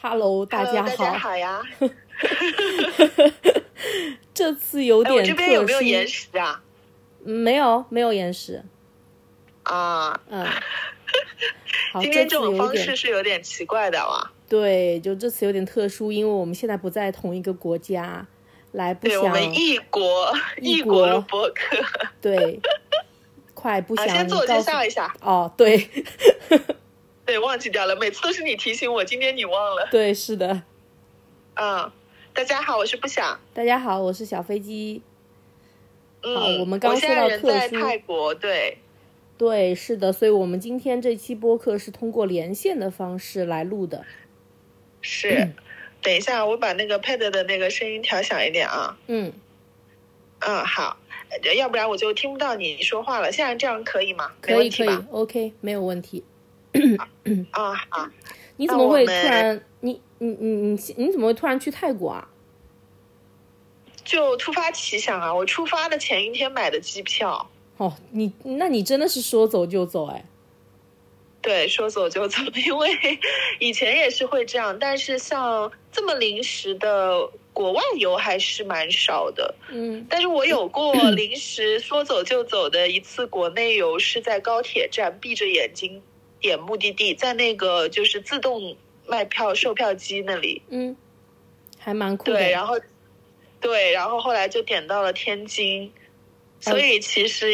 Hello，大家好。 Hello, 呃大家好呀。这次有点特殊。哎嗯这边有没有延时啊？没有，没有延时。啊。嗯。好今天这种方式是有点奇怪的啊嘛？对，就这次有点特殊，因为我们现在不在同一个国家，来不对想我们异国异异国国录播客。对，快不 啊，想先自我告介诉绍一下。哦，对对，忘记掉了，每次都是你提醒我，今天你忘了。对，是的。嗯，大家好，我是不想。大家好，我是小飞机。嗯，好我我们刚现说到在人特在殊泰国，对，对，是的，所以我们今天这期播客是通过连线的方式来录的。是。嗯等一下，我把那个 pad 的那个声音调小一点啊。嗯，嗯，好，呃要不然我就听不到你说话了。现在这样可以吗？没可问以题可以吧？ ，OK，没有问题。啊、好，你怎那么我会突们然？你你你你你怎么会突然去泰国啊？就突发奇想啊，我出发的前一天买的机票，哦，你那你真的是说走就走哎。对，说走就走，因为 以前也是会这样，但是像这么临时的国外游还是蛮少的。嗯，但是我有过临时说走就走的一次国内游，是在高铁站闭着眼睛点目的地，在那个就是自动卖票售票机那里，嗯，还蛮酷的。对，然后对，然后后来就点到了天津，所以其实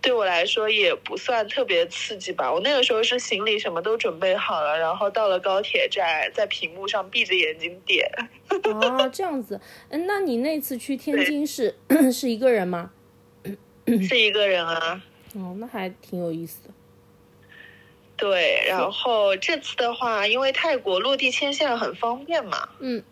对我来说也不算特别刺激吧。我那个时候是行李什么都准备好了，然后到了高铁站，在屏幕上闭着眼睛点。啊，这样子。嗯，那你那次去天对津是是一个人吗？是一个人啊。哦，那还挺有意思的。对，然后这次的话，因为泰国落地签现在很方便嘛，嗯，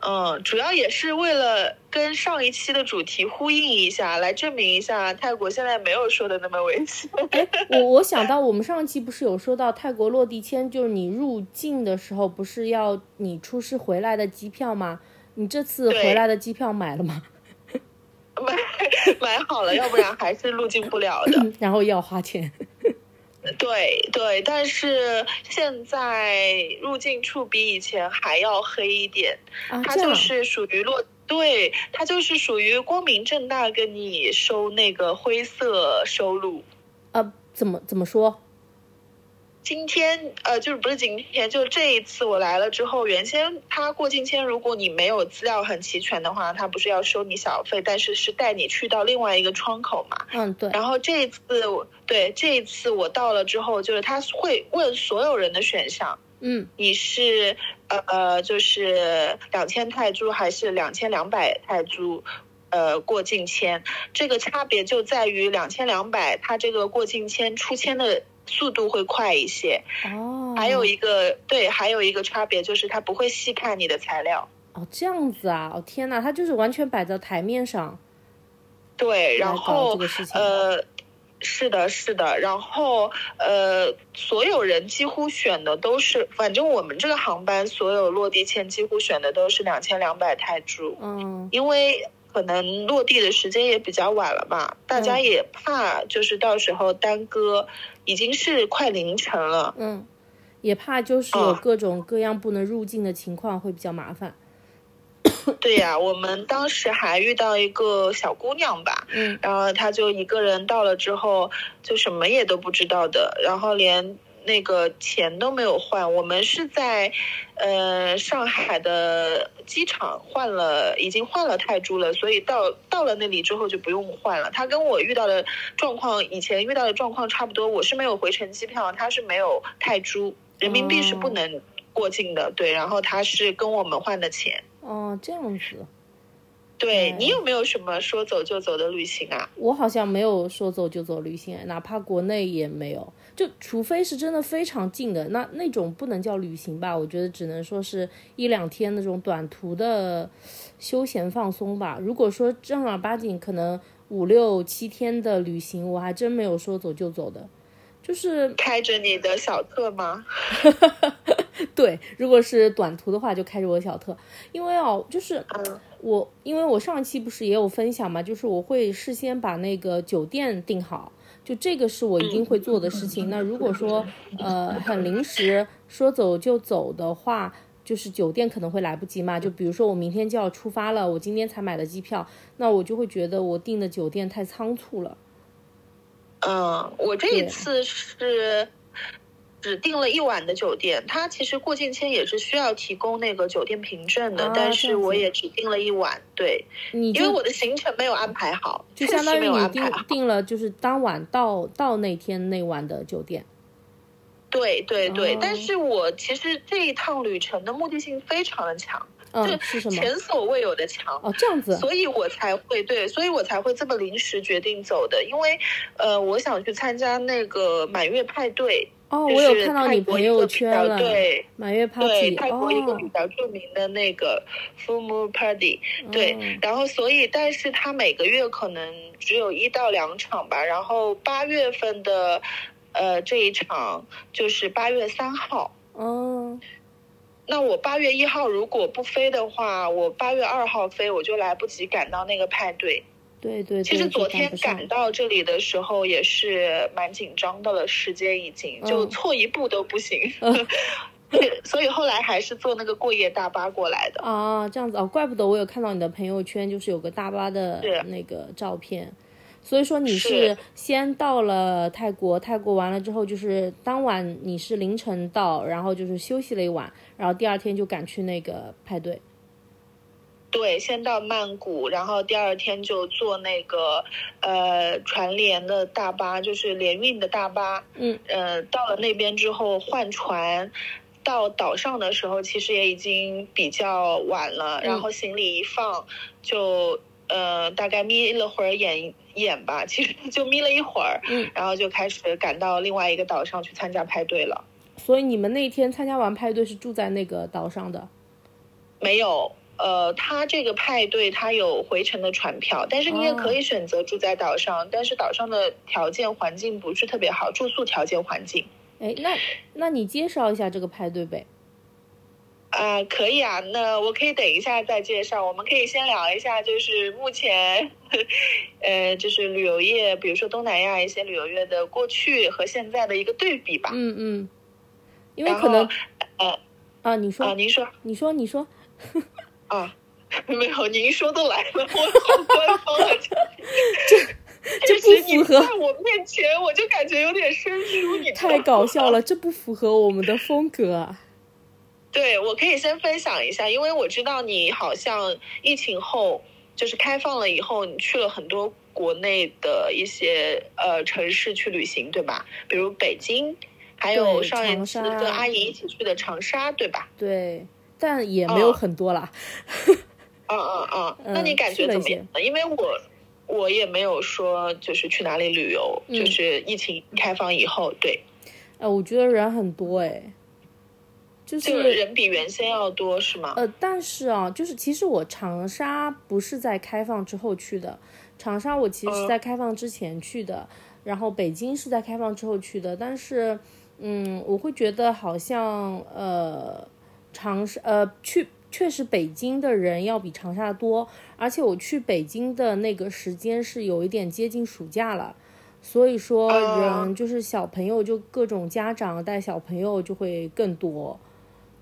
嗯，主要也是为了跟上一期的主题呼应一下，来证明一下泰国现在没有说的那么危险。哎，我我想到我们上期不是有说到泰国落地签，就是你入境的时候不是要你出示回来的机票吗？你这次对回来的机票买了吗？ 买 买好了，要不然还是入境不了的。然后要花钱。对对，但是现在入境处比以前还要黑一点，啊，它这样就啊是属于落，对，它就是属于光明正大跟你收那个灰色收入。啊？怎么怎么说？今天呃，就是不是今天，就这一次我来了之后，原先他过境签，如果你没有资料很齐全的话，他不是要收你小费，但是是带你去到另外一个窗口嘛。嗯，对，然后这一次我对这一次我到了之后，就是他会问所有人的选项，嗯你是呃呃就是两千泰铢还是两千两百泰铢？呃，过境签这个差别就在于两千两百，它这个过境签出签的速度会快一些。哦，还有一个对，还有一个差别就是它不会细看你的材料。哦这样子啊，哦天哪，他就是完全摆在台面上对，来然搞后这个事情。呃，是的，是的。然后呃，所有人几乎选的都是，反正我们这个航班所有落地签几乎选的都是两千两百泰铢，嗯，因为可能落地的时间也比较晚了吧，大家嗯也怕就是到时候耽搁，已经是快凌晨了。嗯，也怕就是有啊各种各样不能入境的情况会比较麻烦。对呀、我们当时还遇到一个小姑娘吧，嗯，然后他就一个人到了之后，就什么也都不知道的，然后连那个钱都没有换。我们是在，呃，上海的机场换了，已经换了泰铢了，所以到到了那里之后就不用换了。他跟我遇到的状况，以前遇到的状况差不多，我是没有回程机票，他是没有泰铢，人民币是不能过境的，对，然后他是跟我们换的钱。哦，这样子，对嗯你有没有什么说走就走的旅行啊？我好像没有说走就走旅行，哪怕国内也没有，就除非是真的非常近的，那那种不能叫旅行吧，我觉得只能说是一两天那种短途的休闲放松吧。如果说正儿八经，可能五六七天的旅行，我还真没有说走就走的，就是开着你的小客吗？对，如果是短途的话，就开着我小特，因为哦，就是嗯我，因为我上期不是也有分享嘛，就是我会事先把那个酒店订好，就这个是我一定会做的事嗯情。那如果说呃很临时说走就走的话，就是酒店可能会来不及嘛。就比如说我明天就要出发了，我今天才买的机票，那我就会觉得我订的酒店太仓促了。嗯，我这一次是只订了一晚的酒店，它其实过境签也是需要提供那个酒店凭证的，啊但这是样子我也只订了一晚，对，你因为就我的行程没有安排好，就确相当实没于有你安定排啊好。定了，就是当晚到到那天那晚的酒店。对对对，哦但是我其实这一趟旅程的目的性非常的强，嗯，就是什么？前所未有的强。哦，这样子。所以我才会对，所以我才会这么临时决定走的，因为，呃，我想去参加那个满月派对，哦，就我有是看到泰你国朋一个友比圈较了，对满月对， party 泰国一个比哦，较著名的那个 full moon party，对嗯，然后所以，但是它每个月可能只有一到两场吧，然后八月份的，呃，这一场就是八月三号。哦，那我八月一号如果不飞的话，我八月二号飞我就来不及赶到那个派对。对对对，其实就昨赶天不上赶到这里的时候也是蛮紧张的了，时间已经嗯就错一步都不行。嗯 对所以后来还是坐那个过夜大巴过来的。啊，这样子哦，怪不得我有看到你的朋友圈，就是有个大巴的是那个照片。所以说你是是先到了泰国，泰国完了之后，就是当晚你是凌晨到，然后就是休息了一晚，然后第二天就赶去那个派对。对，先到曼谷，然后第二天就坐那个呃船联的大巴，就是联运的大巴。嗯，呃，到了那边之后换船。到岛上的时候，其实也已经比较晚了，嗯然后行李一放，就呃大概眯了会儿眼眼吧，其实就眯了一会儿，嗯，然后就开始赶到另外一个岛上去参加派对了。所以你们那天参加完派对是住在那个岛上的。没有，呃，它这个派对它有回程的船票，但是你也哦可以选择住在岛上，但是岛上的条件环境不是特别好，住宿条件环境哎，那那你介绍一下这个派对呗？啊、可以啊，那我可以等一下再介绍，我们可以先聊一下，就是目前，呃，就是旅游业，比如说东南亚一些旅游业的过去和现在的一个对比吧。嗯嗯，因为然可能后，呃，啊，你说、啊，您说你说你说，啊。 没有，您说都来了，我好 官方啊！这 这其实不你符合在我面前，我就感觉有点生疏，你知道吗太搞笑。了，这不符合我们的风格啊。对，我可以先分享一下，因为我知道你好像疫情后就是开放了以后，你去了很多国内的一些呃城市去旅行，对吧？比如北京，还有对上一长次沙跟阿姨一起去的长沙，对吧？对，但也没有很多啦。嗯嗯嗯，嗯那你感去觉了怎一么些样呢？因为我我也没有说就是去哪里旅游，嗯就是疫情开放以后，对，哎、我觉得人很多哎，就就是人比原先要多，是吗？呃，但是啊，就是其实我长沙不是在开放之后去的，长沙我其实是在开放之前去的，然后北京是在开放之后去的，但是嗯，我会觉得好像呃，长沙呃去。确实，北京的人要比长沙多，而且我去北京的那个时间是有一点接近暑假了，所以说啊人就是小朋友，就各种家长带小朋友就会更多。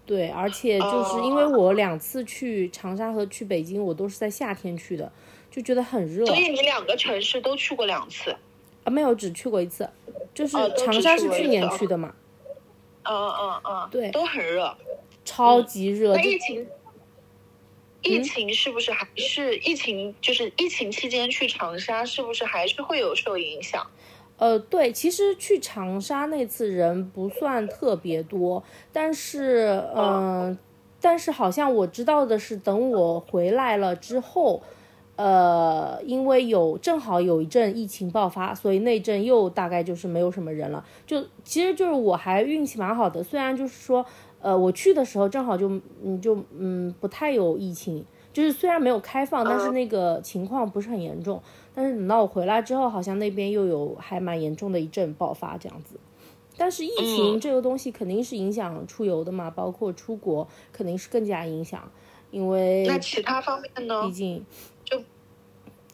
对，而且就是因哦为我两次去长沙和去北京，我都是在夏天去的，就觉得很热所以你两个城市都去过两次。啊。没有，只去过一次，就是哦都只长沙去是过一去次年哦去的嘛，嗯嗯嗯，对都很热。超级热，那就嗯疫情，疫情是不是还是疫情？就是疫情期间去长沙，是不是还是会有受影响？呃，对，其实去长沙那次人不算特别多，但是，嗯、但是好像我知道的是，等我回来了之后，呃，因为有正好有一阵疫情爆发，所以那阵又大概就是没有什么人了。就其实就是我还运气蛮好的，虽然就是说，呃，我去的时候正好就嗯就嗯不太有疫情，就是虽然没有开放，但是嗯那个情况不是很严重。但是等到我回来之后，好像那边又有还蛮严重的一阵爆发这样子。但是疫情嗯这个东西肯定是影响出游的嘛，包括出国肯定是更加影响，因为嗯那其他方面毕呢？竟就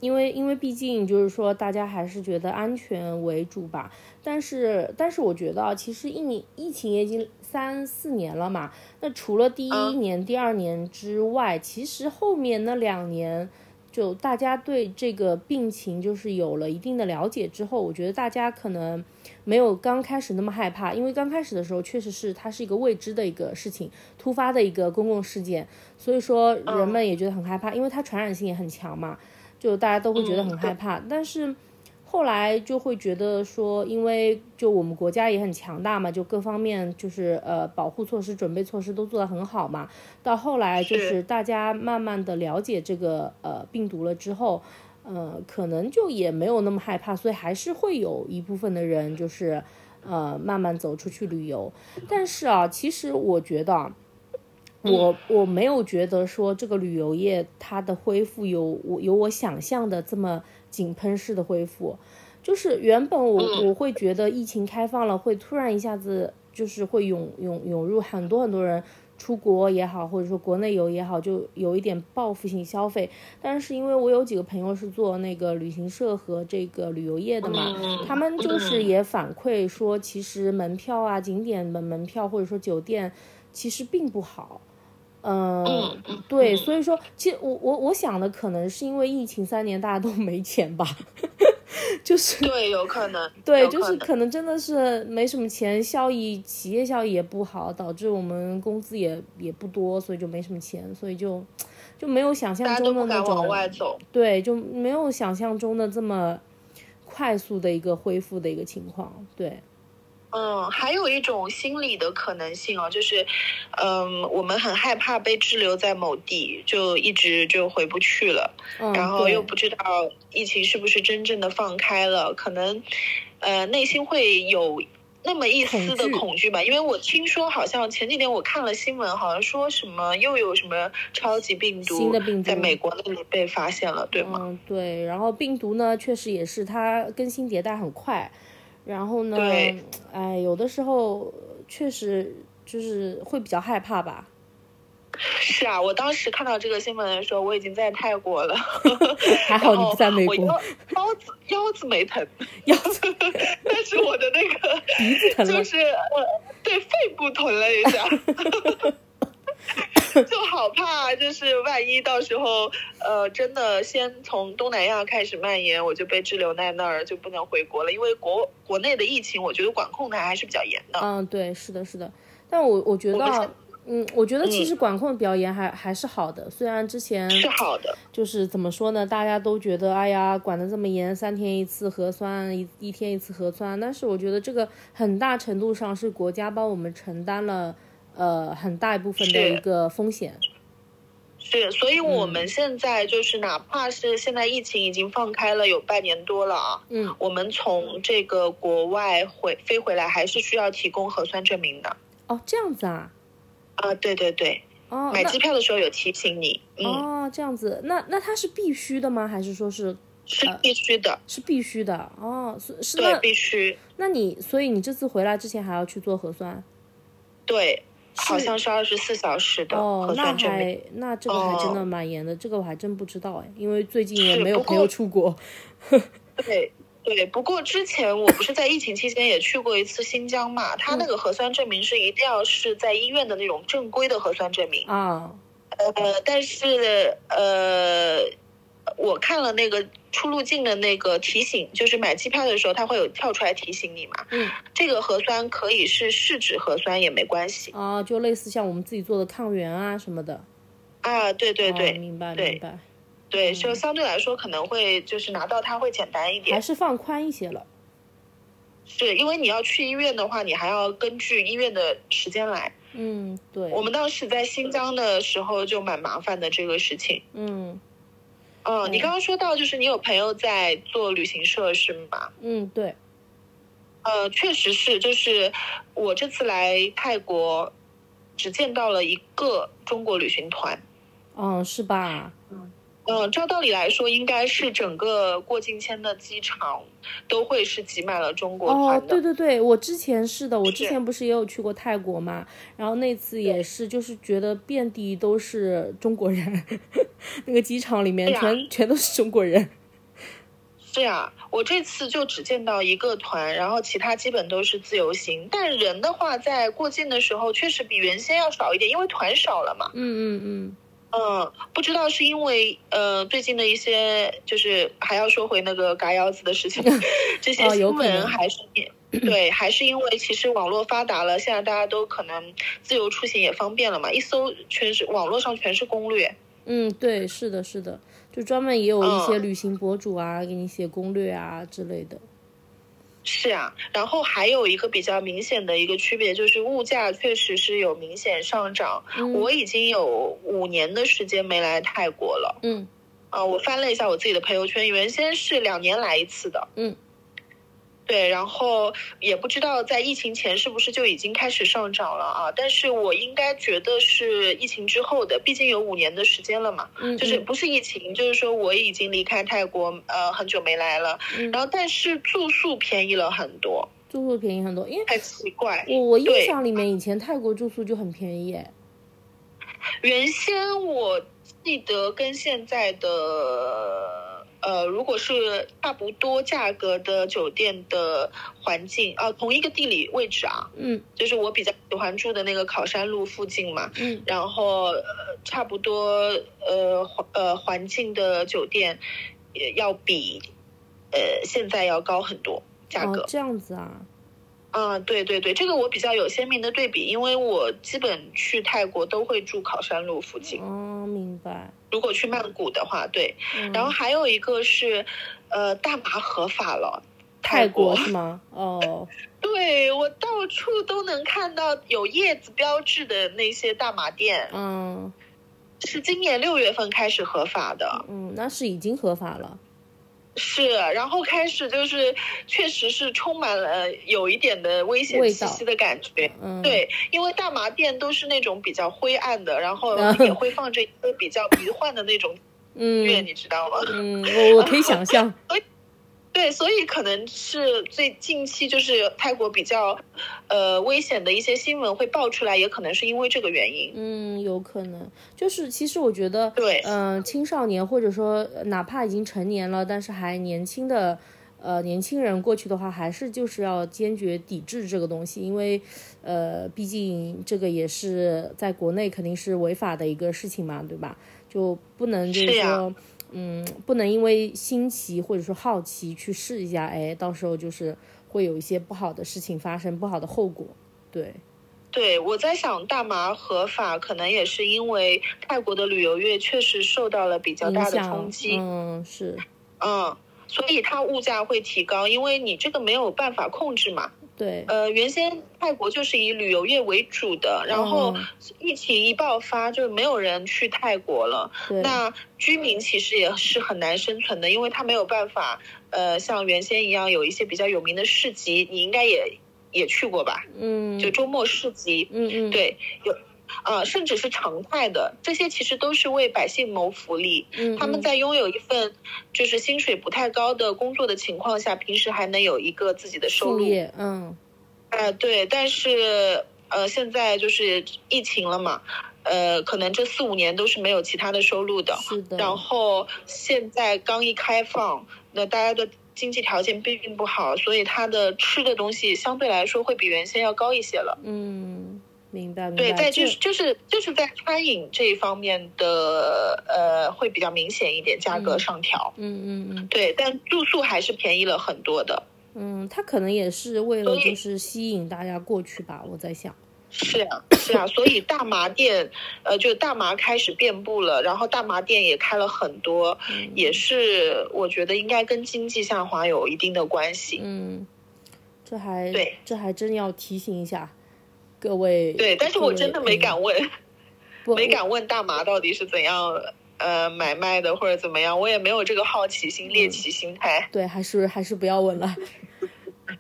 因为因为毕竟就是说，大家还是觉得安全为主吧。但是但是，我觉得啊，其实疫年疫情也已经三四年了嘛。那除了第一年、第二年之外，其实后面那两年，就大家对这个病情就是有了一定的了解之后，我觉得大家可能没有刚开始那么害怕，因为刚开始的时候确实是它是一个未知的一个事情，突发的一个公共事件，所以说人们也觉得很害怕，因为它传染性也很强嘛。就大家都会觉得很害怕，但是后来就会觉得说，因为就我们国家也很强大嘛，就各方面就是呃保护措施、准备措施都做得很好嘛。到后来就是是大家慢慢的了解这个呃病毒了之后，呃可能就也没有那么害怕，所以还是会有一部分的人就是呃慢慢走出去旅游。但是啊，其实我觉得啊。我我没有觉得说这个旅游业它的恢复有我有我想象的这么井喷式的恢复，就是原本嗯我我会觉得疫情开放了会突然一下子就是会涌涌涌入很多很多人出国也好，或者说国内游也好，就有一点报复性消费。但是因为我有几个朋友是做那个旅行社和这个旅游业的嘛，嗯他们就是也反馈说，其实门票啊、景点的门票或者说酒店其实并不好。嗯，嗯嗯对，嗯所以说，其实我我我想的可能是因为疫情三年大家都没钱吧，就是 对，有可能， 对，有就是能可能真的是没什么钱，效益企业效益也不好，导致我们工资也也不多，所以就没什么钱，所以就就没有想大象家都中的不那敢往种，外走。对，就没有想象中的这么快速的一个恢复的一个情况，对，嗯，还有一种心理的可能性哦，就是，嗯，我们很害怕被滞留在某地，就一直就回不去了，嗯，然后对又不知道疫情是不是真正的放开了，可能，呃，内心会有那么一丝恐的惧恐惧吧。因为我听说好像前几天我看了新闻，好像说什么又有什么超级病毒新的病毒在美国那里被发现了，对吗？嗯，对。然后病毒呢，确实也是它更新迭代很快，然后呢对，哎，有的时候呃确实就是会比较害怕吧。 是啊，我当时看到这个新闻的时候，我已经在泰国了。 还好你不在美我腰国，腰子腰子没疼， 腰子但是我的那个鼻子疼了 就。是呃，对肺部疼了一下，就好怕，就是万一到时候呃，真的先从东南亚开始蔓延，我就被滞留在那儿，就不能回国了，因为国国内的疫情，我觉得管控的还是比较严的。嗯，对，是的，是的。但我我觉得我们啊是，嗯，我觉得其嗯实管控表演还还是好的，虽然之前是好的，就是怎么说呢？大家都觉得，哎呀，管得这么严，三天一次核酸，一一天一次核酸。但是我觉得这个很大程度上是国家帮我们承担了，呃，很大一部分的是一个风险。是，所以我们现在就是，哪怕是现在疫情已经放开了有半年多了啊，嗯，我们从这个国外回飞回来，还是需要提供核酸证明的。哦，这样子啊，啊，对对对，哦，买机票的时候有提醒你，那嗯，哦这样子，那那它是必须的吗？还是说是是呃必须的，是必须的？哦，是是对，那必须，那你所以你这次回来之前还要去做核酸？对，是好像是二十四小时的哦核，那酸证明。还那这个还真的哦蛮严的，这个我还真不知道哎，因为最近也是没有不朋友过出国。对对，不过之前我不是在疫情期间也去过一次新疆 嘛，它嗯那个核酸证明是一定要是在医院的那种正规的核酸证明。啊，呃，但是呃，我看了那个出入境的那个提醒，就是买机票的时候，它会有跳出来提醒你嘛。嗯，这个核酸可以是试纸核酸也没关系啊，就类似像我们自己做的抗原啊什么的。啊。对对哦对、明白对明白，嗯对，就相对来说可能会就是拿到它会简单一还点，是放宽一些了。是因为你要去医院的话，你还要根据医院的时间来。嗯，对，我们当时在新疆的时候就蛮麻烦的这个事情。嗯嗯，你刚刚说到就是你有朋友在做旅行社是吗？嗯对，呃，确实是，就是我这次来泰国，只见到了一个中国旅行团。嗯是吧？嗯、照道理来说，应该是整个过境签的机场都会是挤满了中国哦团，的。对对对，我之前是的，我之是前不是也有去过泰国嘛，然后那次也是，就是觉得遍地都是中国人，那个机场里面 对啊全、全都是中国人。 是呀，我这次就只见到一个团，然后其他基本都是自由行。但人的话，在过境的时候确实比原先要少一点，因为团少了嘛。嗯嗯嗯，嗯，不知道是因为呃最近的一些，就是还要说回那个嘎腰子的 事情，这些哦有新可能闻还是因、 对，还是因为其实网络发达了，现在大家都可能自由出行也方便了嘛，一搜全是网络上全是攻略。嗯，对，是的，是的，就专门也有一些嗯旅行博主啊，给你写攻略啊之类的。是啊，然后还有一个比较明显的一个区别就是物价确实是有明显上涨。嗯我已经有五年的时间没来泰国了嗯啊、我翻了一下我自己的朋友圈，原先是两年来一次的，嗯，对，然后也不知道在疫情前是不是就已经开始上涨了啊？但是我应该觉得是疫情之后的，毕竟有五年的时间了嘛。嗯，就是嗯不是疫情，就是说我已经离开泰国呃很久没来了，嗯然后但是住宿便宜了很多，住宿便宜很多，因为太奇怪。我我印对象里面以前泰国住宿就很便宜哎。原先我记得跟现在的呃，如果是差不多价格的酒店的环境啊、同一个地理位置啊，嗯就是我比较喜欢住的那个考山路附近嘛，嗯然后呃，差不多呃环呃环境的酒店也要比呃现在要高很多价格哦。这样子啊，嗯，对对对，这个我比较有鲜明的对比，因为我基本去泰国都会住考山路附近。哦明白。如果去曼谷的话，对。嗯、然后还有一个是，呃，大麻合法了，泰国。是吗？哦，对我到处都能看到有叶子标志的那些大麻店，嗯是今年六月份开始合法的。嗯，那是已经合法了。是，然后开始就是，确实是充满了有一点的危险味气道息的感觉。嗯，，对，因为大麻店都是那种比较灰暗的，然后嗯也会放着一些比较迷幻的那种音乐，嗯你知道吗？嗯，我我可以想象，对，所以可能是最近期就是泰国比较，呃，危险的一些新闻会爆出来，也可能是因为这个原因。嗯，有可能，就是其实我觉得，对嗯、青少年或者说呃哪怕已经成年了，但是还年轻的，呃，年轻人过去的话，还是就是要坚决抵制这个东西，因为，呃，毕竟这个也是在国内肯定是违法的一个事情嘛，对吧？就不能就是是呀说，嗯，不能因为新奇或者说好奇去试一下，哎，到时候就是会有一些不好的事情发生，不好的后果，对，对，我在想大麻合法可能也是因为泰国的旅游业确实受到了比较影大的响冲，击，嗯，是。嗯，所以它物价会提高，因为你这个没有办法控制嘛。对，呃，原先泰国就是以旅游业为主的，然后嗯疫情一爆发，就没有人去泰国了。嗯对，那居民其实也是很难生存的，因为他没有办法，呃，像原先一样有一些比较有名的市集，你应该也也去过吧？嗯，就周末市集，嗯嗯，对，有啊、甚至是常态的，这些其实都是为百姓谋福利。嗯，他们嗯在拥有一份就是薪水不太高的工作的情况下，平时还能有一个自己的收副入。业，嗯呃，对，但是呃，现在就是疫情了嘛，呃，可能这四五年都是没有其他的收入的。是的，然后现在刚一开放，那大家的经济条件并不好，所以他的吃的东西相对来说会比原先要高一些了。嗯，明白明白，对，在这就是就是就是在餐饮这一方面的呃，会比较明显一点，价格嗯上调。嗯嗯嗯对，但住宿还是便宜了很多的。嗯，他可能也是为了所以就是吸引大家过去吧，我在想，是 啊，是啊，所以大麻店，呃，就大麻开始遍布了，然后大麻店也开了很多，嗯也是我觉得应该跟经济下滑有一定的关系。嗯，这还对这还真要提醒一下各位，对，但是我真的没问，敢问，不没敢问大麻到底是怎样呃买卖的或者怎么样，我也没有这个好奇心、嗯猎奇心态。对，还是还是不要问了，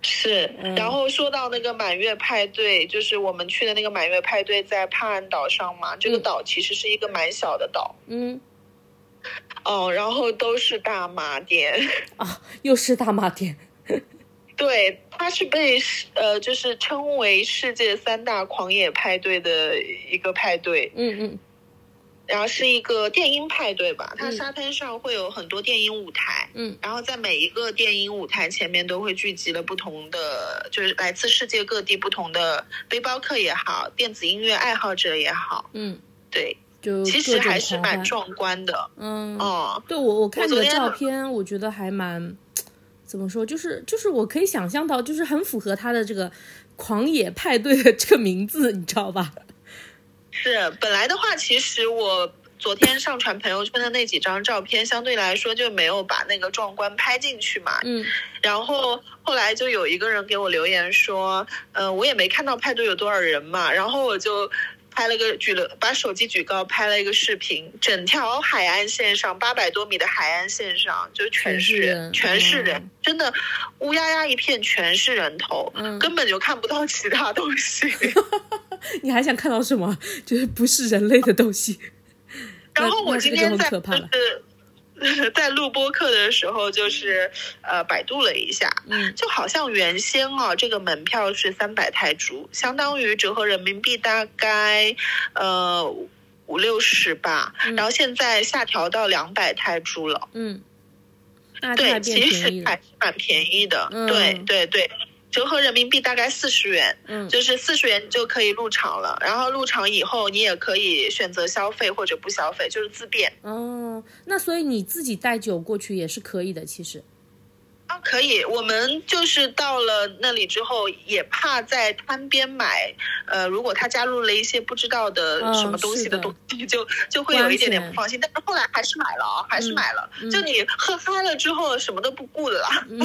是，嗯然后说到那个满月派对，就是我们去的那个满月派对在帕岸岛上嘛，这个嗯岛其实是一个蛮小的岛，嗯哦，然后都是大麻店。 啊，又是大麻店，对，它是被世呃，就是称为世界三大狂野派对的一个派对。嗯嗯然后是一个电音派对吧，它沙滩上会有很多电音舞台，嗯，然后在每一个电音舞台前面都会聚集了不同的，就是来自世界各地不同的背包客也好，电子音乐爱好者也好，嗯，对，就其各实种还是狂蛮欢壮观的，嗯，哦，对我我看你的昨天照片，我觉得还蛮怎么说，就是就是我可以想象到，就是很符合他的这个“狂野派对”的这个名字，你知道吧？是，本来的话，其实我昨天上传朋友圈的那几张照片，相对来说就没有把那个壮观拍进去嘛。嗯然后后来就有一个人给我留言说，嗯、我也没看到派对有多少人嘛，然后我就。拍了个举了，把手机举高拍了一个视频，整条海岸线上八百多米的海岸线上，就全全是是人人，全是人，嗯真的乌压压一片，全是人头，嗯， 根本就看不到其他东西。 你还想看到什么？就是不是人类的东 西。然后那我那这今个就天很在可就怕了是 在录播课的时候，就是呃百度了一下，嗯就好像原先啊这个门票是三百泰铢，相当于折合人民币大概呃五六十吧，嗯然后现在下调到两百泰铢了。嗯， 那这对，还变其实便宜还了。是蛮便宜的。嗯对对对，折合人民币大概四十元，嗯就是四十元就可以入场了。然后入场以后，你也可以选择消费或者不消费，就是自便。哦，那所以你自己带酒过去也是可以的，其 实。啊，可以。我们就是到了那里之后，也怕在滩边买，呃，如果他加入了一些不知道的嗯什么东西是的的东西， 就就会不有安一点点全不放心。但是后来还是买了啊，还是嗯买了。嗯就你喝嗨了之后，什么都不顾了啦。嗯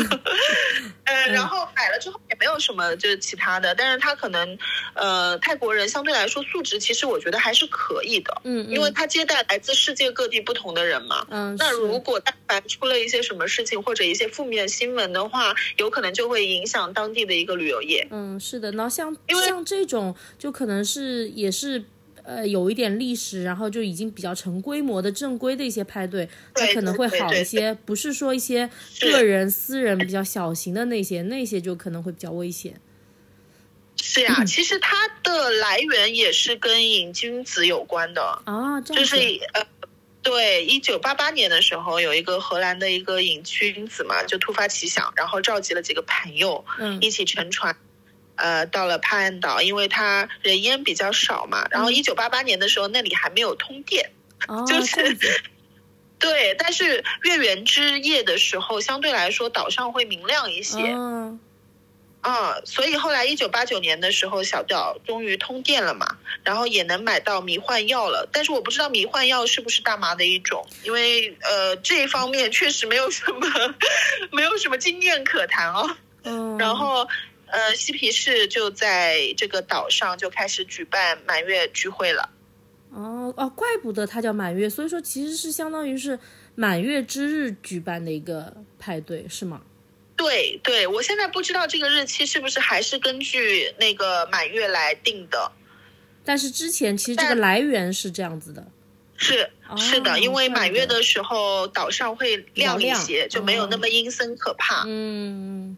呃，嗯然后买了之后也没有什么就是其他的，但是他可能，呃，泰国人相对来说素质其实我觉得还是可以的，嗯，因为嗯他接待来自世界各地不同的人嘛。嗯，那是如果但凡出了一些什么事情或者一些负面新闻的话，有可能就会影响当地的一个旅游业。嗯，是的，然后像因为像这种就可能是也是呃有一点历史，然后就已经比较成规模的正规的一些派对，它对可能对会对好对一些，不是说一些个人私人比较小型的那些，那些就可能会比较危险。是呀、其实它的来源也是跟瘾君子有关的，啊，这就样是子，呃，对，一九八八年的时候，有一个荷兰的一个瘾君子嘛，就突发奇想，然后召集了几个朋友嗯一起乘船。呃，到了帕岸岛，因为它人烟比较少嘛。然后，一九八八年的时候，那里还没有通电，哦，就这样是子，对，但是月圆之夜的时候，相对来说岛上会明亮一些嗯啊、所以后来一九八九年的时候，小岛终于通电了嘛，然后也能买到迷幻药了。但是我不知道迷幻药是不是大麻的一种，因为呃这一方面确实没有什么 没有什么经验可谈哦。嗯，然后呃嬉皮士就在这个岛上就开始举办满月聚会了。哦哦，怪不得它叫满月，所以说其实是相当于是满月之日举办的一个派对，是吗？对对，我现在不知道这个日期是不是还是根据那个满月来定的。但是之前其实这个但来源是这样子的，是哦是的，因为怪不满月得的时候岛上会亮比较一亮哦些，就没有那么阴森可怕。嗯，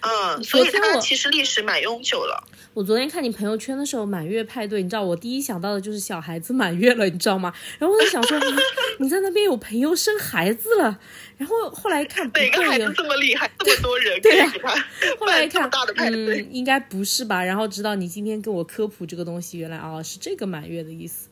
嗯，昨所以天它我其实历史蛮悠久 了。我昨天看你朋友圈的时候，满月派对，你知道我第一想到的就是小孩子满月了，你知道吗？然后我就想说，啊你在那边有朋友生孩子了，然后后来一看不哪个孩对子呀，这么厉害，这么多人可以 对啊给他后来一办这看么大的，派对？嗯，应该不是吧？然后直到你今天跟我科普这个东西，原来啊是这个满月的意思。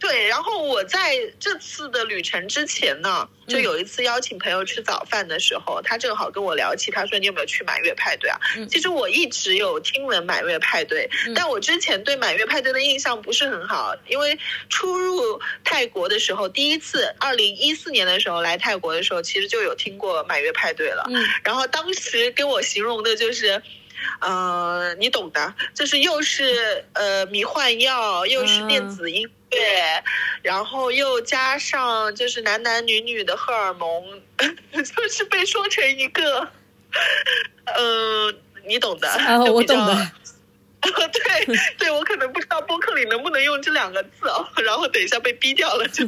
对，然后我在这次的旅程之前呢，就嗯有一次邀请朋友吃早饭的时候，他正好跟我聊起，他说你有没有去满月派对啊？嗯其实我一直有听闻满月派对，嗯但我之前对满月派对的印象不是很好，因为初入泰国的时候，第一次二零一四年的时候来泰国的时候，其实就有听过满月派对了。嗯然后当时跟我形容的就是，呃，你懂的，就是又是呃迷幻药，又是电子音乐，嗯然后又加上就是男男女女的荷尔蒙， 就是被说成一个，呃，你懂的，啊，就我比较懂的。 对对，我可能不知道播客里能不能用这两个字哦，然后等一下被逼掉 了就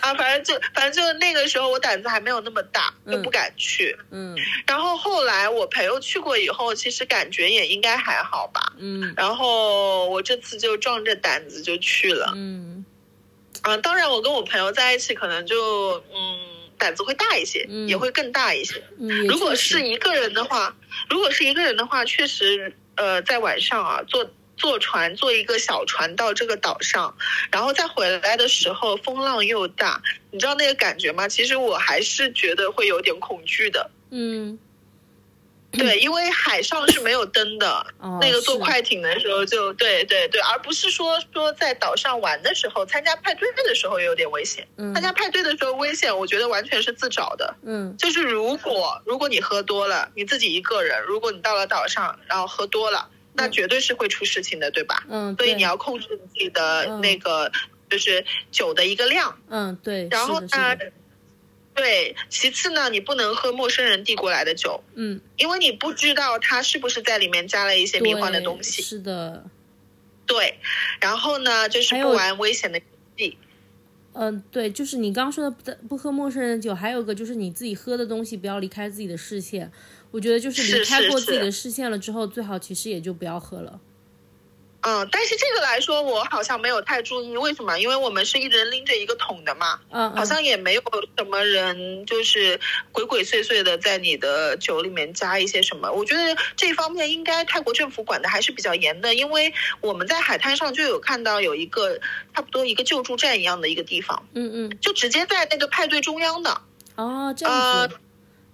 啊，反正就反正就那个时候我胆子还没有那么大，就不敢去。嗯然后后来我朋友去过以后，其实感觉也应该还好吧。嗯然后我这次就壮着胆子就去了，嗯啊，当然我跟我朋友在一起，可能就嗯胆子会大一些，嗯也会更大一些。嗯，也如果确实是一个人的话，如果是一个人的话，确实，呃，在晚上啊，坐坐船，坐一个小船到这个岛上，然后再回来的时候，风浪又大，你知道那个感觉吗？其实我还是觉得会有点恐惧 的，嗯，对，因为海上是没有灯的。哦，那个坐是快艇的时候就对对对，而不是说说在岛上玩的时候，参加派对的时候有点危险。嗯参加派对的时候危险，我觉得完全是自找的。嗯就是如果如果你喝多了，你自己一个人，如果你到了岛上，然后喝多了，那嗯绝对是会出事情的，对吧？嗯，所以对你要控制自己的嗯那个就是酒的一个量，嗯对，然是后的是呢的，对，其次呢，你不能喝陌生人递过来的酒，嗯，因为你不知道他是不是在里面加了一些迷幻的对东西。是的，对，然后呢，就是还不有玩危险的游戏。嗯，对，就是你刚刚说的不不喝陌生人的酒，还有个就是你自己喝的东西不要离开自己的视线。我觉得就是离是开是过自己是的视线了之后，最好其实也就不要喝了。嗯，但是这个来说，我好像没有太注意，为什么？因为我们是一人拎着一个桶的嘛。嗯，好嗯像也没有什么人就是鬼鬼祟祟的在你的酒里面加一些什么。我觉得这方面应该泰国政府管的还是比较严的，因为我们在海滩上就有看到有一个差不多一个救助站一样的一个地方，嗯嗯，就直接在那个派对中央的。哦，这样子，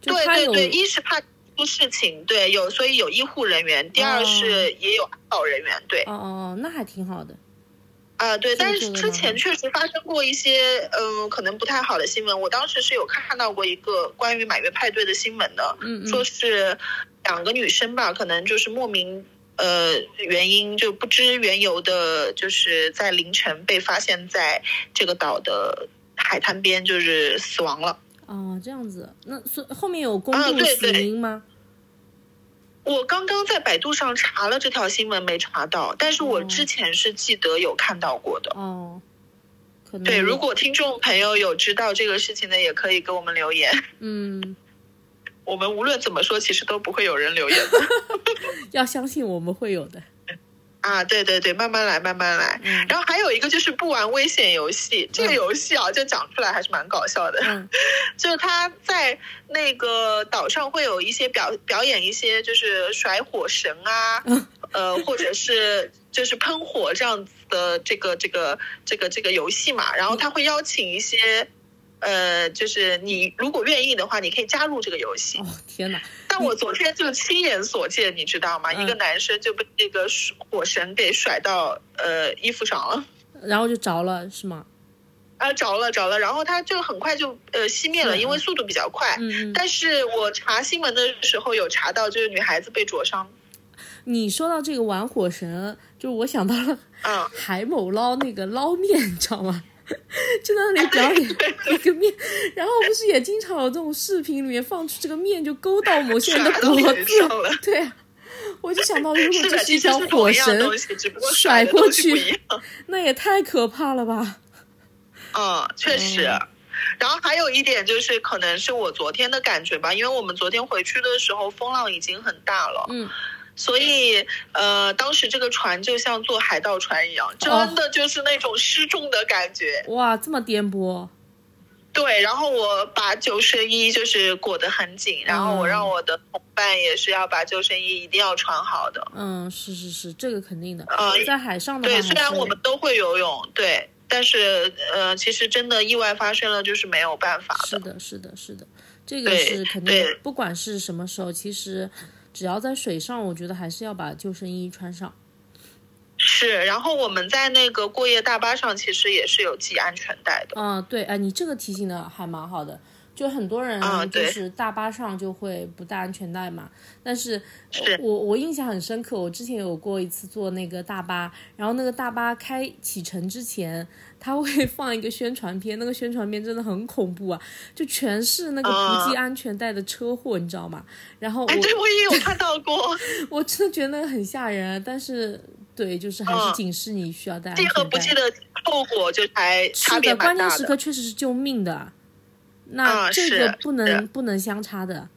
就呃对他对有对，一是怕出事情，对有所以有医护人员；第二是也有安保人员，对。哦哦，那还挺好的。啊，对，这个但做是得之蛮好前确实发生过一些，嗯、可能不太好的新闻。我当时是有看到过一个关于满月派对的新闻的，嗯说嗯是两个女生吧，可能就是莫名呃原因就不知缘由的，就是在凌晨被发现在这个岛的海滩边，就是死亡了。哦，这样子，那所后面有公啊布对死对因吗？我刚刚在百度上查了这条新闻，没查到，但是我哦之前是记得有看到过的。哦，可能对，如果听众朋友有知道这个事情的，也可以给我们留言。嗯，我们无论怎么说，其实都不会有人留言 的要相信我们会有的。啊！对对对，慢慢来，慢慢来。嗯然后还有一个就是不玩危险游戏，这嗯个游戏啊，就讲出来还是蛮搞笑的。嗯就是他在那个岛上会有一些表表演一些就是甩火绳啊，嗯呃，或者是就是喷火这样子的这个这个这个这个游戏嘛。嗯然后他会邀请一些，呃，就是你如果愿意的话，你可以加入这个游戏。哦天哪，但我昨天就亲眼所见，你知道吗？嗯一个男生就被那个火绳给甩到呃衣服上了，然后就着了是吗？啊着了着了，然后他就很快就呃熄灭了，嗯因为速度比较快。嗯嗯，但是我查新闻的时候有查到，就是女孩子被灼伤，你说到这个玩火神，啊就是我想到了嗯，海某捞那个捞面，你知道吗？ 就在那里表演那个面，然后不是也经常有这种视频里面放出这个面就勾到某些人的甩到脖 脸子上，了。对啊，我就想到如果是这 的，是一其实条是同火一样神，东西，只不过甩的过东西去不一样。那也太可怕了吧？嗯，确实。嗯然后还有一点就是，可能是我昨天的感觉吧，因为我们昨天回去的时候风浪已经很大了，嗯，所以呃，当时这个船就像坐海盗船一样，真哦的就是那种失重的感觉。哇，这么颠簸，对，然后我把救生衣就是裹得很紧，然嗯后我让我的同伴也是要把救生衣一定要穿好的。嗯，是是是，这个肯定的，呃在海上的话对，还虽然嗯是我们都会游泳，对，但是呃，其实真的意外发生了就是没有办法是的。的，是的，是的，这个对是肯定对，不管是什么时候，其实只要在水上，我觉得还是要把救生衣穿上。是，然后我们在那个过夜大巴上其实也是有系安全带的。嗯，对，哎，你这个提醒的还蛮好的。就很多人嗯就对是大巴上就会不戴安全带嘛，但是呃是我我印象很深刻，我之前有过一次坐那个大巴，然后那个大巴开启程之前，他会 放一个宣传片，那个宣传片真的很恐怖啊，就全是那个不系安全带的车祸，你知道吗？然后我啊哎，对，我也有看到 过，我真的觉得很吓人，啊但是对，就是还是嗯警示你需要戴安记和全不带。记得后果就还差是别的，蛮关键大时的。刻确实是救命的，那啊这是个不能是不能相差的。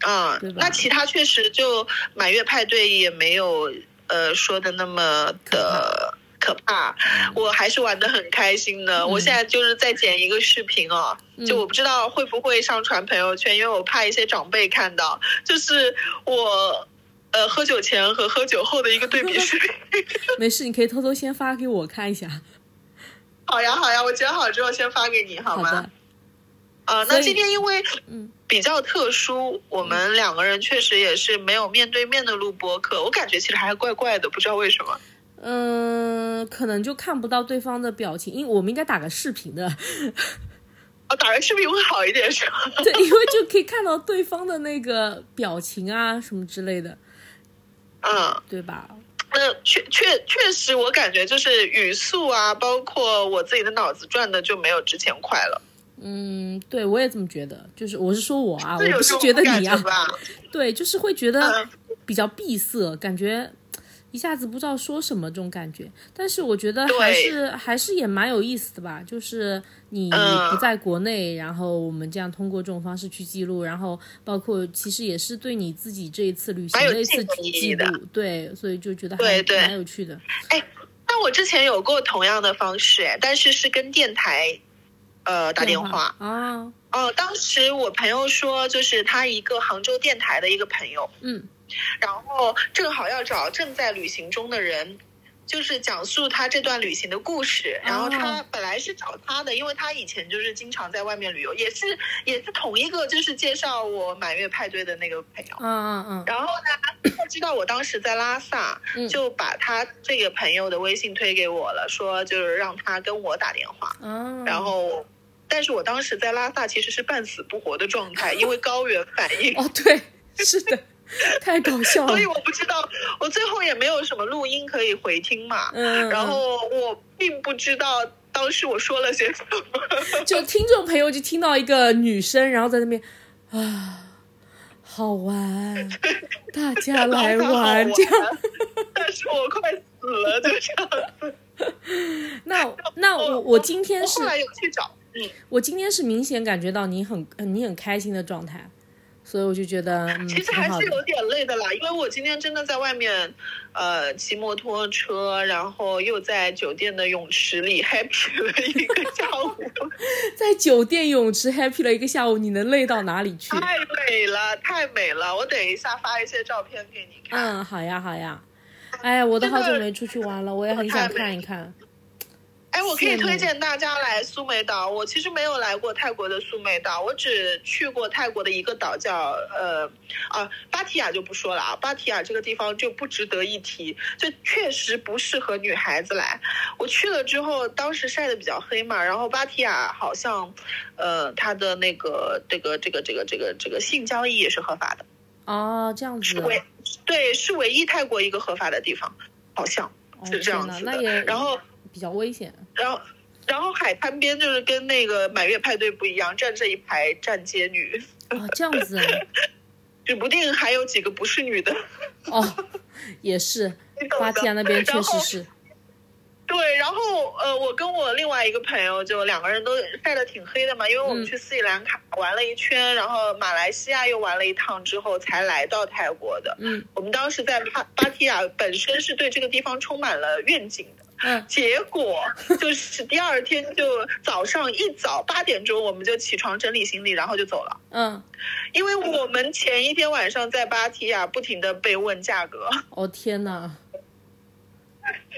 对嗯，吧那其他确实就满月派对也没有呃说的那么的可怕，嗯我还是玩的很开心的。我现在就是在剪一个视频哦，嗯就我不知道会不会上传朋友圈，因为我怕一些长辈看到。就是我，呃，喝酒前和喝酒后的一个对比视频。没事，你可以偷偷先发给我看一下。好呀，好呀，我剪好之后先发给你，好好吗？的，啊，所那以今天因为嗯比较特殊，我们两个人确实也是没有面对面的录播课，我感觉其实还怪怪的，不知道为什么。嗯、可能就看不到对方的表情，因为我们应该打个视频的， 啊，打个视频会好一点是吧？对，因为就可以看到对方的那个表情啊什么之类的，嗯，对吧？ 那确确确实，我感觉就是语速啊，包括我自己的脑子转的就没有之前快了，嗯，对我也这么觉得，就是我是说我啊，这我有不这是种觉得感你觉啊，吧？ 对，就是会觉得嗯比较闭塞，感觉一下子不知道说什么这种感觉。但是我觉得对还是还是也蛮有意思的吧，就是你嗯不在国内，然后我们这样通过这种方式去记录，然后包括其实也是对你自己这一次旅行蛮有的一次纪念意义记的录，对，所以就觉得还对对蛮有趣的。那我之前有过同样的方式，哎但是是跟电台，呃，打电话。啊，哦，当时我朋友说，就是他一个杭州电台的一个朋友，嗯然后正好要找正在旅行中的人，就是讲述他这段旅行的故事。然后他本来是找他的，因为他以前就是经常在外面旅游，也是也是同一个就是介绍我满月派对的那个朋友。啊啊啊，然后呢，他知道我当时在拉萨，嗯就把他这个朋友的微信推给我了，说就是让他跟我打电话。啊，然后，但是我当时在拉萨其实是半死不活的状态，因为高原反应，哦，对，是的， 太搞笑了所以，我不知道，我最后也没有什么录音可以回听嘛。嗯，然后我并不知道当时我说了些什么，就听众朋友就听到一个女生，然后在那边啊，好玩，大家来 好好玩玩这样。但是我快死了，就这样子。 那那我我我今天我是后来有去找，嗯，我今天是明显感觉到你很呃你很开心的状态，所以我就觉得嗯其实挺还好是的。有点累的啦，因为我今天真的在外面，呃，骑摩托车，然后又在酒店的泳池里 happy 了一个下午。在酒店泳池 happy 了一个下午，你能累到哪里去？太美了，太美了！我等一下发一些照片给你看。嗯，好呀好呀。哎呀，我都真的好久没出去玩了，我也很想看一看。哎，我可以羡慕推荐大家来苏梅岛。我其实没有来过泰国的苏梅岛，我只去过泰国的一个岛叫呃啊芭提雅就不说了啊，芭提雅这个地方就不值得一提，就确实不适合女孩子来。我去了之后，当时晒得比较黑嘛，然后芭提雅好像呃它的那个这个这个这个这个这个性交易也是合法的，哦，这样子是。唯对是唯一泰国一个合法的地方，好像。哦是这样天子哪那的也然后比较危险。然后，然后海滩边就是跟那个满月派对不一样，站这一排站街女，哦，这 样子啊。指不定还有几个不是女的。 哦，也是，你懂的芭提雅那边确实是，对，然后呃，我跟我另外一个朋友就两个人都晒得挺黑的嘛，因为我们嗯去斯里兰卡玩了一圈，然后马来西亚又玩了一趟之后，才来到泰国的。嗯我们当时在芭芭提雅本身是对这个地方充满了愿景的。嗯，结果就是第二天就早上一早八点钟我们就起床整理行李，然后就走了。嗯，因为我们前一天晚上在芭提雅不停的被问价格， 哦天哪，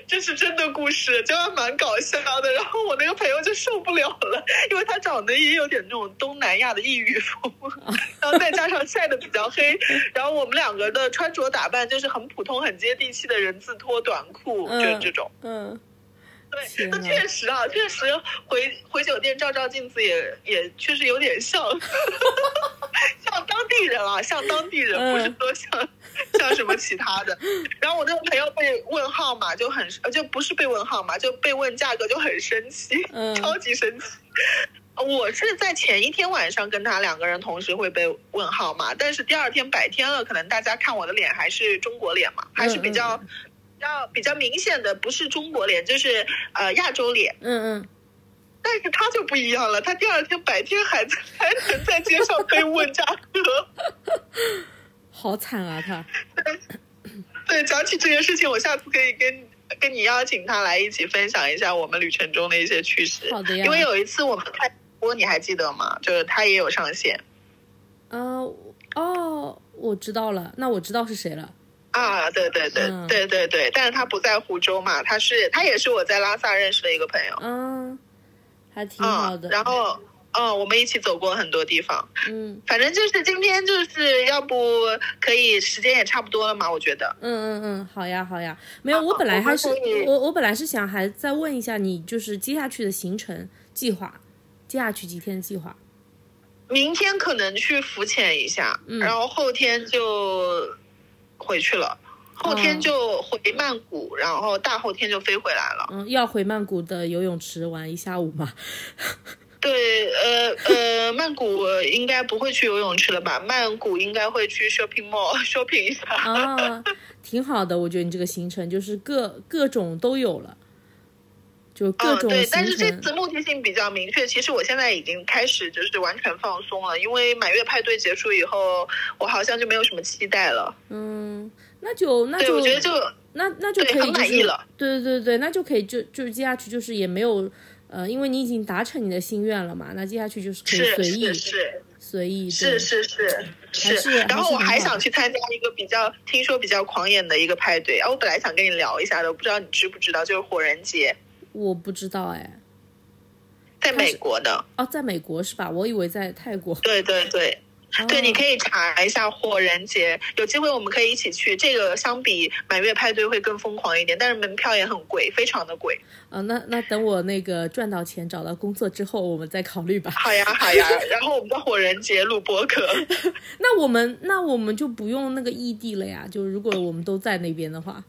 这是真的故事，就还蛮搞笑的。然后我那个朋友就受不了了，因为他长得也有点那种东南亚的异域风， 然后再加上晒得比较黑，然后我们两个的穿着打扮就是很普通、很接地气的人字拖、短裤，嗯就是这种。嗯，对，天那哪确实啊，确实回回酒店照照镜子也也确实有点像， 像当地人啊，像当地人，不是嗯说像、像什么其他的。然后我那个朋友被问号码就很，呃就不是被问号码，就被问价格就很生气，嗯超级生气。 我是在前一天晚上跟他两个人同时会被问号码，但是第二天白天了，可能大家看我的脸还是中国脸嗯嘛，还是比较比较比较明显的，不是中国脸就是呃亚洲脸。嗯嗯，但是他就不一样了，他第二天白天还在还能在街上被问价格。 好惨啊他，对，讲起这件事情，我下次可以跟跟你邀请他来一起分享一下我们旅程中的一些趣事。好的呀因为有一次我们看直播，你还记得吗？就是他也有上线啊、哦，我知道了，那我知道是谁了。啊，对对对、嗯对对对，但是他不在湖州嘛，他是他也是我在拉萨认识的一个朋友，啊，还挺好的。嗯，然后嗯，我们一起走过很多地方，嗯反正就是今天就是要不可以时间也差不多了嘛，我觉得嗯嗯嗯，好呀好呀，没有，好我本来哦我们还是可以我我本来是想还再问一下你，就是接下去的行程计划，接下去几天计划。明天可能去浮潜一下，嗯然后后天就回去了。后天哦就回曼谷，然后大后天就飞回来了。嗯，要回曼谷的游泳池玩一下午嘛。对，呃呃，曼谷应该不会去游泳池了吧？曼谷应该会去 shopping mall shopping 一下。啊，挺好的，我觉得你这个行程就是各各种都有了，就各嗯，种对，但行是这程。次目的性比较明确。其实我现在已经开始就是完全放松了，因为满月派对结束以后，我好像就没有什么期待了。嗯，那就那对，就我觉得就那那就可对以、就是、很满意了。对对对那就可以就就是接下去就是也没有呃，因为你已经达成你的心愿了嘛，那接下去就是可以是随意是是随意是是是还是是。然后我还还是很好想去参加一个比较听说比较狂野的一个派对啊，我本来想跟你聊一下的，我不知道你知不知道，就是火人节，对我不知道哎，在它是美国的。哦，在美国是吧？我以为在泰国。 对对对。哦对，你可以查一下火人节，有机会我们可以一起去。这个相比满月派对会更疯狂一点，但是门票也很贵，非常的贵。啊、那那等我那个赚到钱找到工作之后，我们再考虑吧。好呀 好呀，然后我们在火人节录播客。那我们那我们就不用那个异地了呀，就如果我们都在那边的话，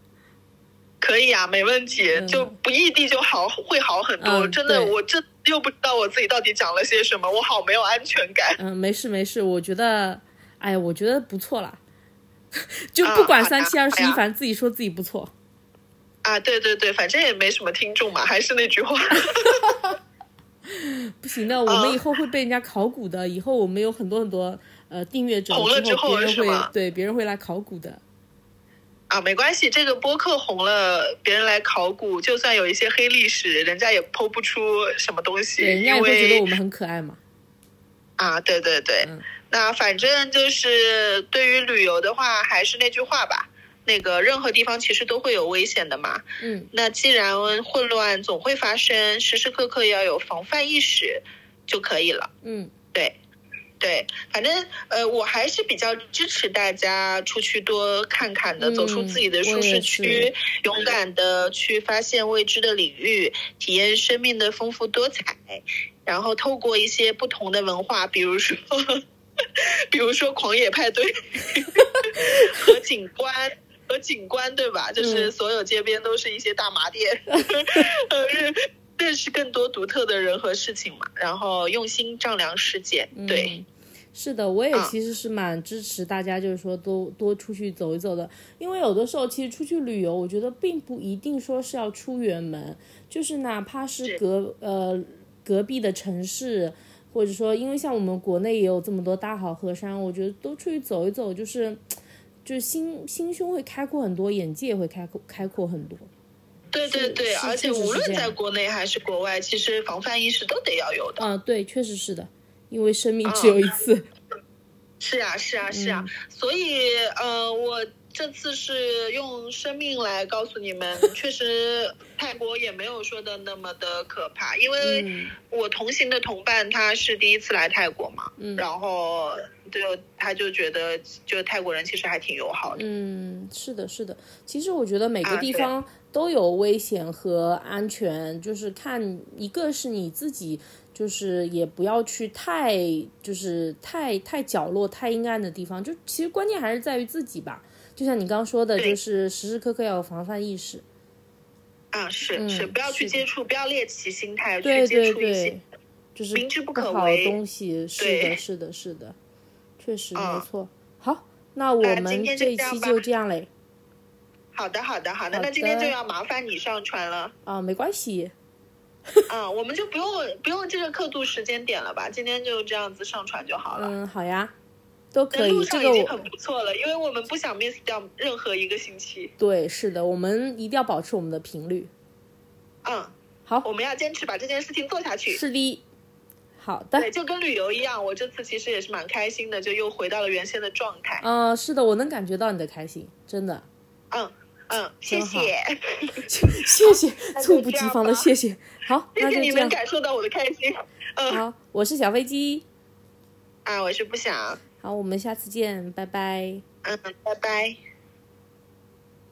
可以啊，没问题，嗯就不异地就好，会好很多。嗯真的，对我这又不知道我自己到底讲了些什么，我好没有安全感。嗯，没事没事，我觉得，哎呀，我觉得不错啦， 就啊不管好的三七二十好一，呀反正自己说自己不错。啊，对对对，反正也没什么听众嘛，还是那句话。嗯不行的，我们以后会被人家考古的，以后我们有很多很多呃订阅者，红了哦之后别人是会吗对别人会来考古的。啊，没关系，这个播客红了，别人来考古，就算有一些黑历史，人家也剖不出什么东西，对，人家也因会觉得为我们很可爱嘛。啊，对对对，嗯那反正就是对于旅游的话，还是那句话吧，那个任何地方其实都会有危险的嘛，嗯，那既然混乱总会发生，时时刻刻要有防范意识就可以了。嗯，对，对，反正呃，我还是比较支持大家出去多看看的，嗯走出自己的舒适我也区，勇敢的去发现未知的领域，体验生命的丰富多彩。然后透过一些不同的文化，比如说， 比如说狂野派对和景观。和景观对吧？就是嗯所有街边都是一些大麻店， 呃，认认识更多独特的人和事情嘛，然后用心丈量世界。嗯对，。是的，我也嗯其实是蛮支持大家，就是说多多出去走一走的，因为有的时候其实出去旅游，我觉得并不一定说是要出远门，就是哪怕是是隔呃隔壁的城市，或者说因为像我们国内也有这么多大好河山，我觉得多出去走一走，就是就是心心胸会开阔很多，眼界也会开阔开阔很多。对对是对，是而且确实是无这论样在国内还是国外，其实防范意识都得要有的。嗯、对，确实是的，因为生命只有一次。是啊，是啊，是啊。所以，呃，我这次是用生命来告诉你们，确实泰国也没有说的那么的可怕，因为嗯我同行的同伴他是第一次来泰国嘛，嗯然后就他就觉得，就泰国人其实还挺友好的。嗯，是的，是的。其实我觉得每个啊地对方都有危险和安全，就是看一个是你自己，就是也不要去太就是太太角落、太阴暗的地方。就其实关键还是在于自己吧。就像你刚刚说的，对就是时时刻刻要有防范意识。啊，是、嗯是，不要去是的接触，不要猎奇心态对去接对触一些对，就是明知不可好的为东西。是 的，对是的，是的，确实没嗯错。好，那我那们今天就这一这样期吧就这样嘞。好的，好的，好的。好那今天的就要麻烦你上传了。啊，没关系。啊，我们就不用不用这个刻度时间点了吧？今天就这样子上传就好了。嗯嗯，好呀。都可那以路。这上个已我经很不错了，因为我们不想 miss 掉任何一个星期。对，是的，我们一定要保持我们的频率。嗯，好我们要坚持把这件事情做下去。是的，好的对，，就跟旅游一样，我这次其实也是蛮开心的，就又回到了原先的状态。啊、是的，我能感觉到你的开心，真 的，嗯嗯，谢真好谢，谢谢，那就猝不这及样防的吧谢谢。好，谢那谢就你这能样。感受到我的开心。嗯好，我是小飞机。啊，我是不想，好，我们下次见，拜拜。嗯，拜拜。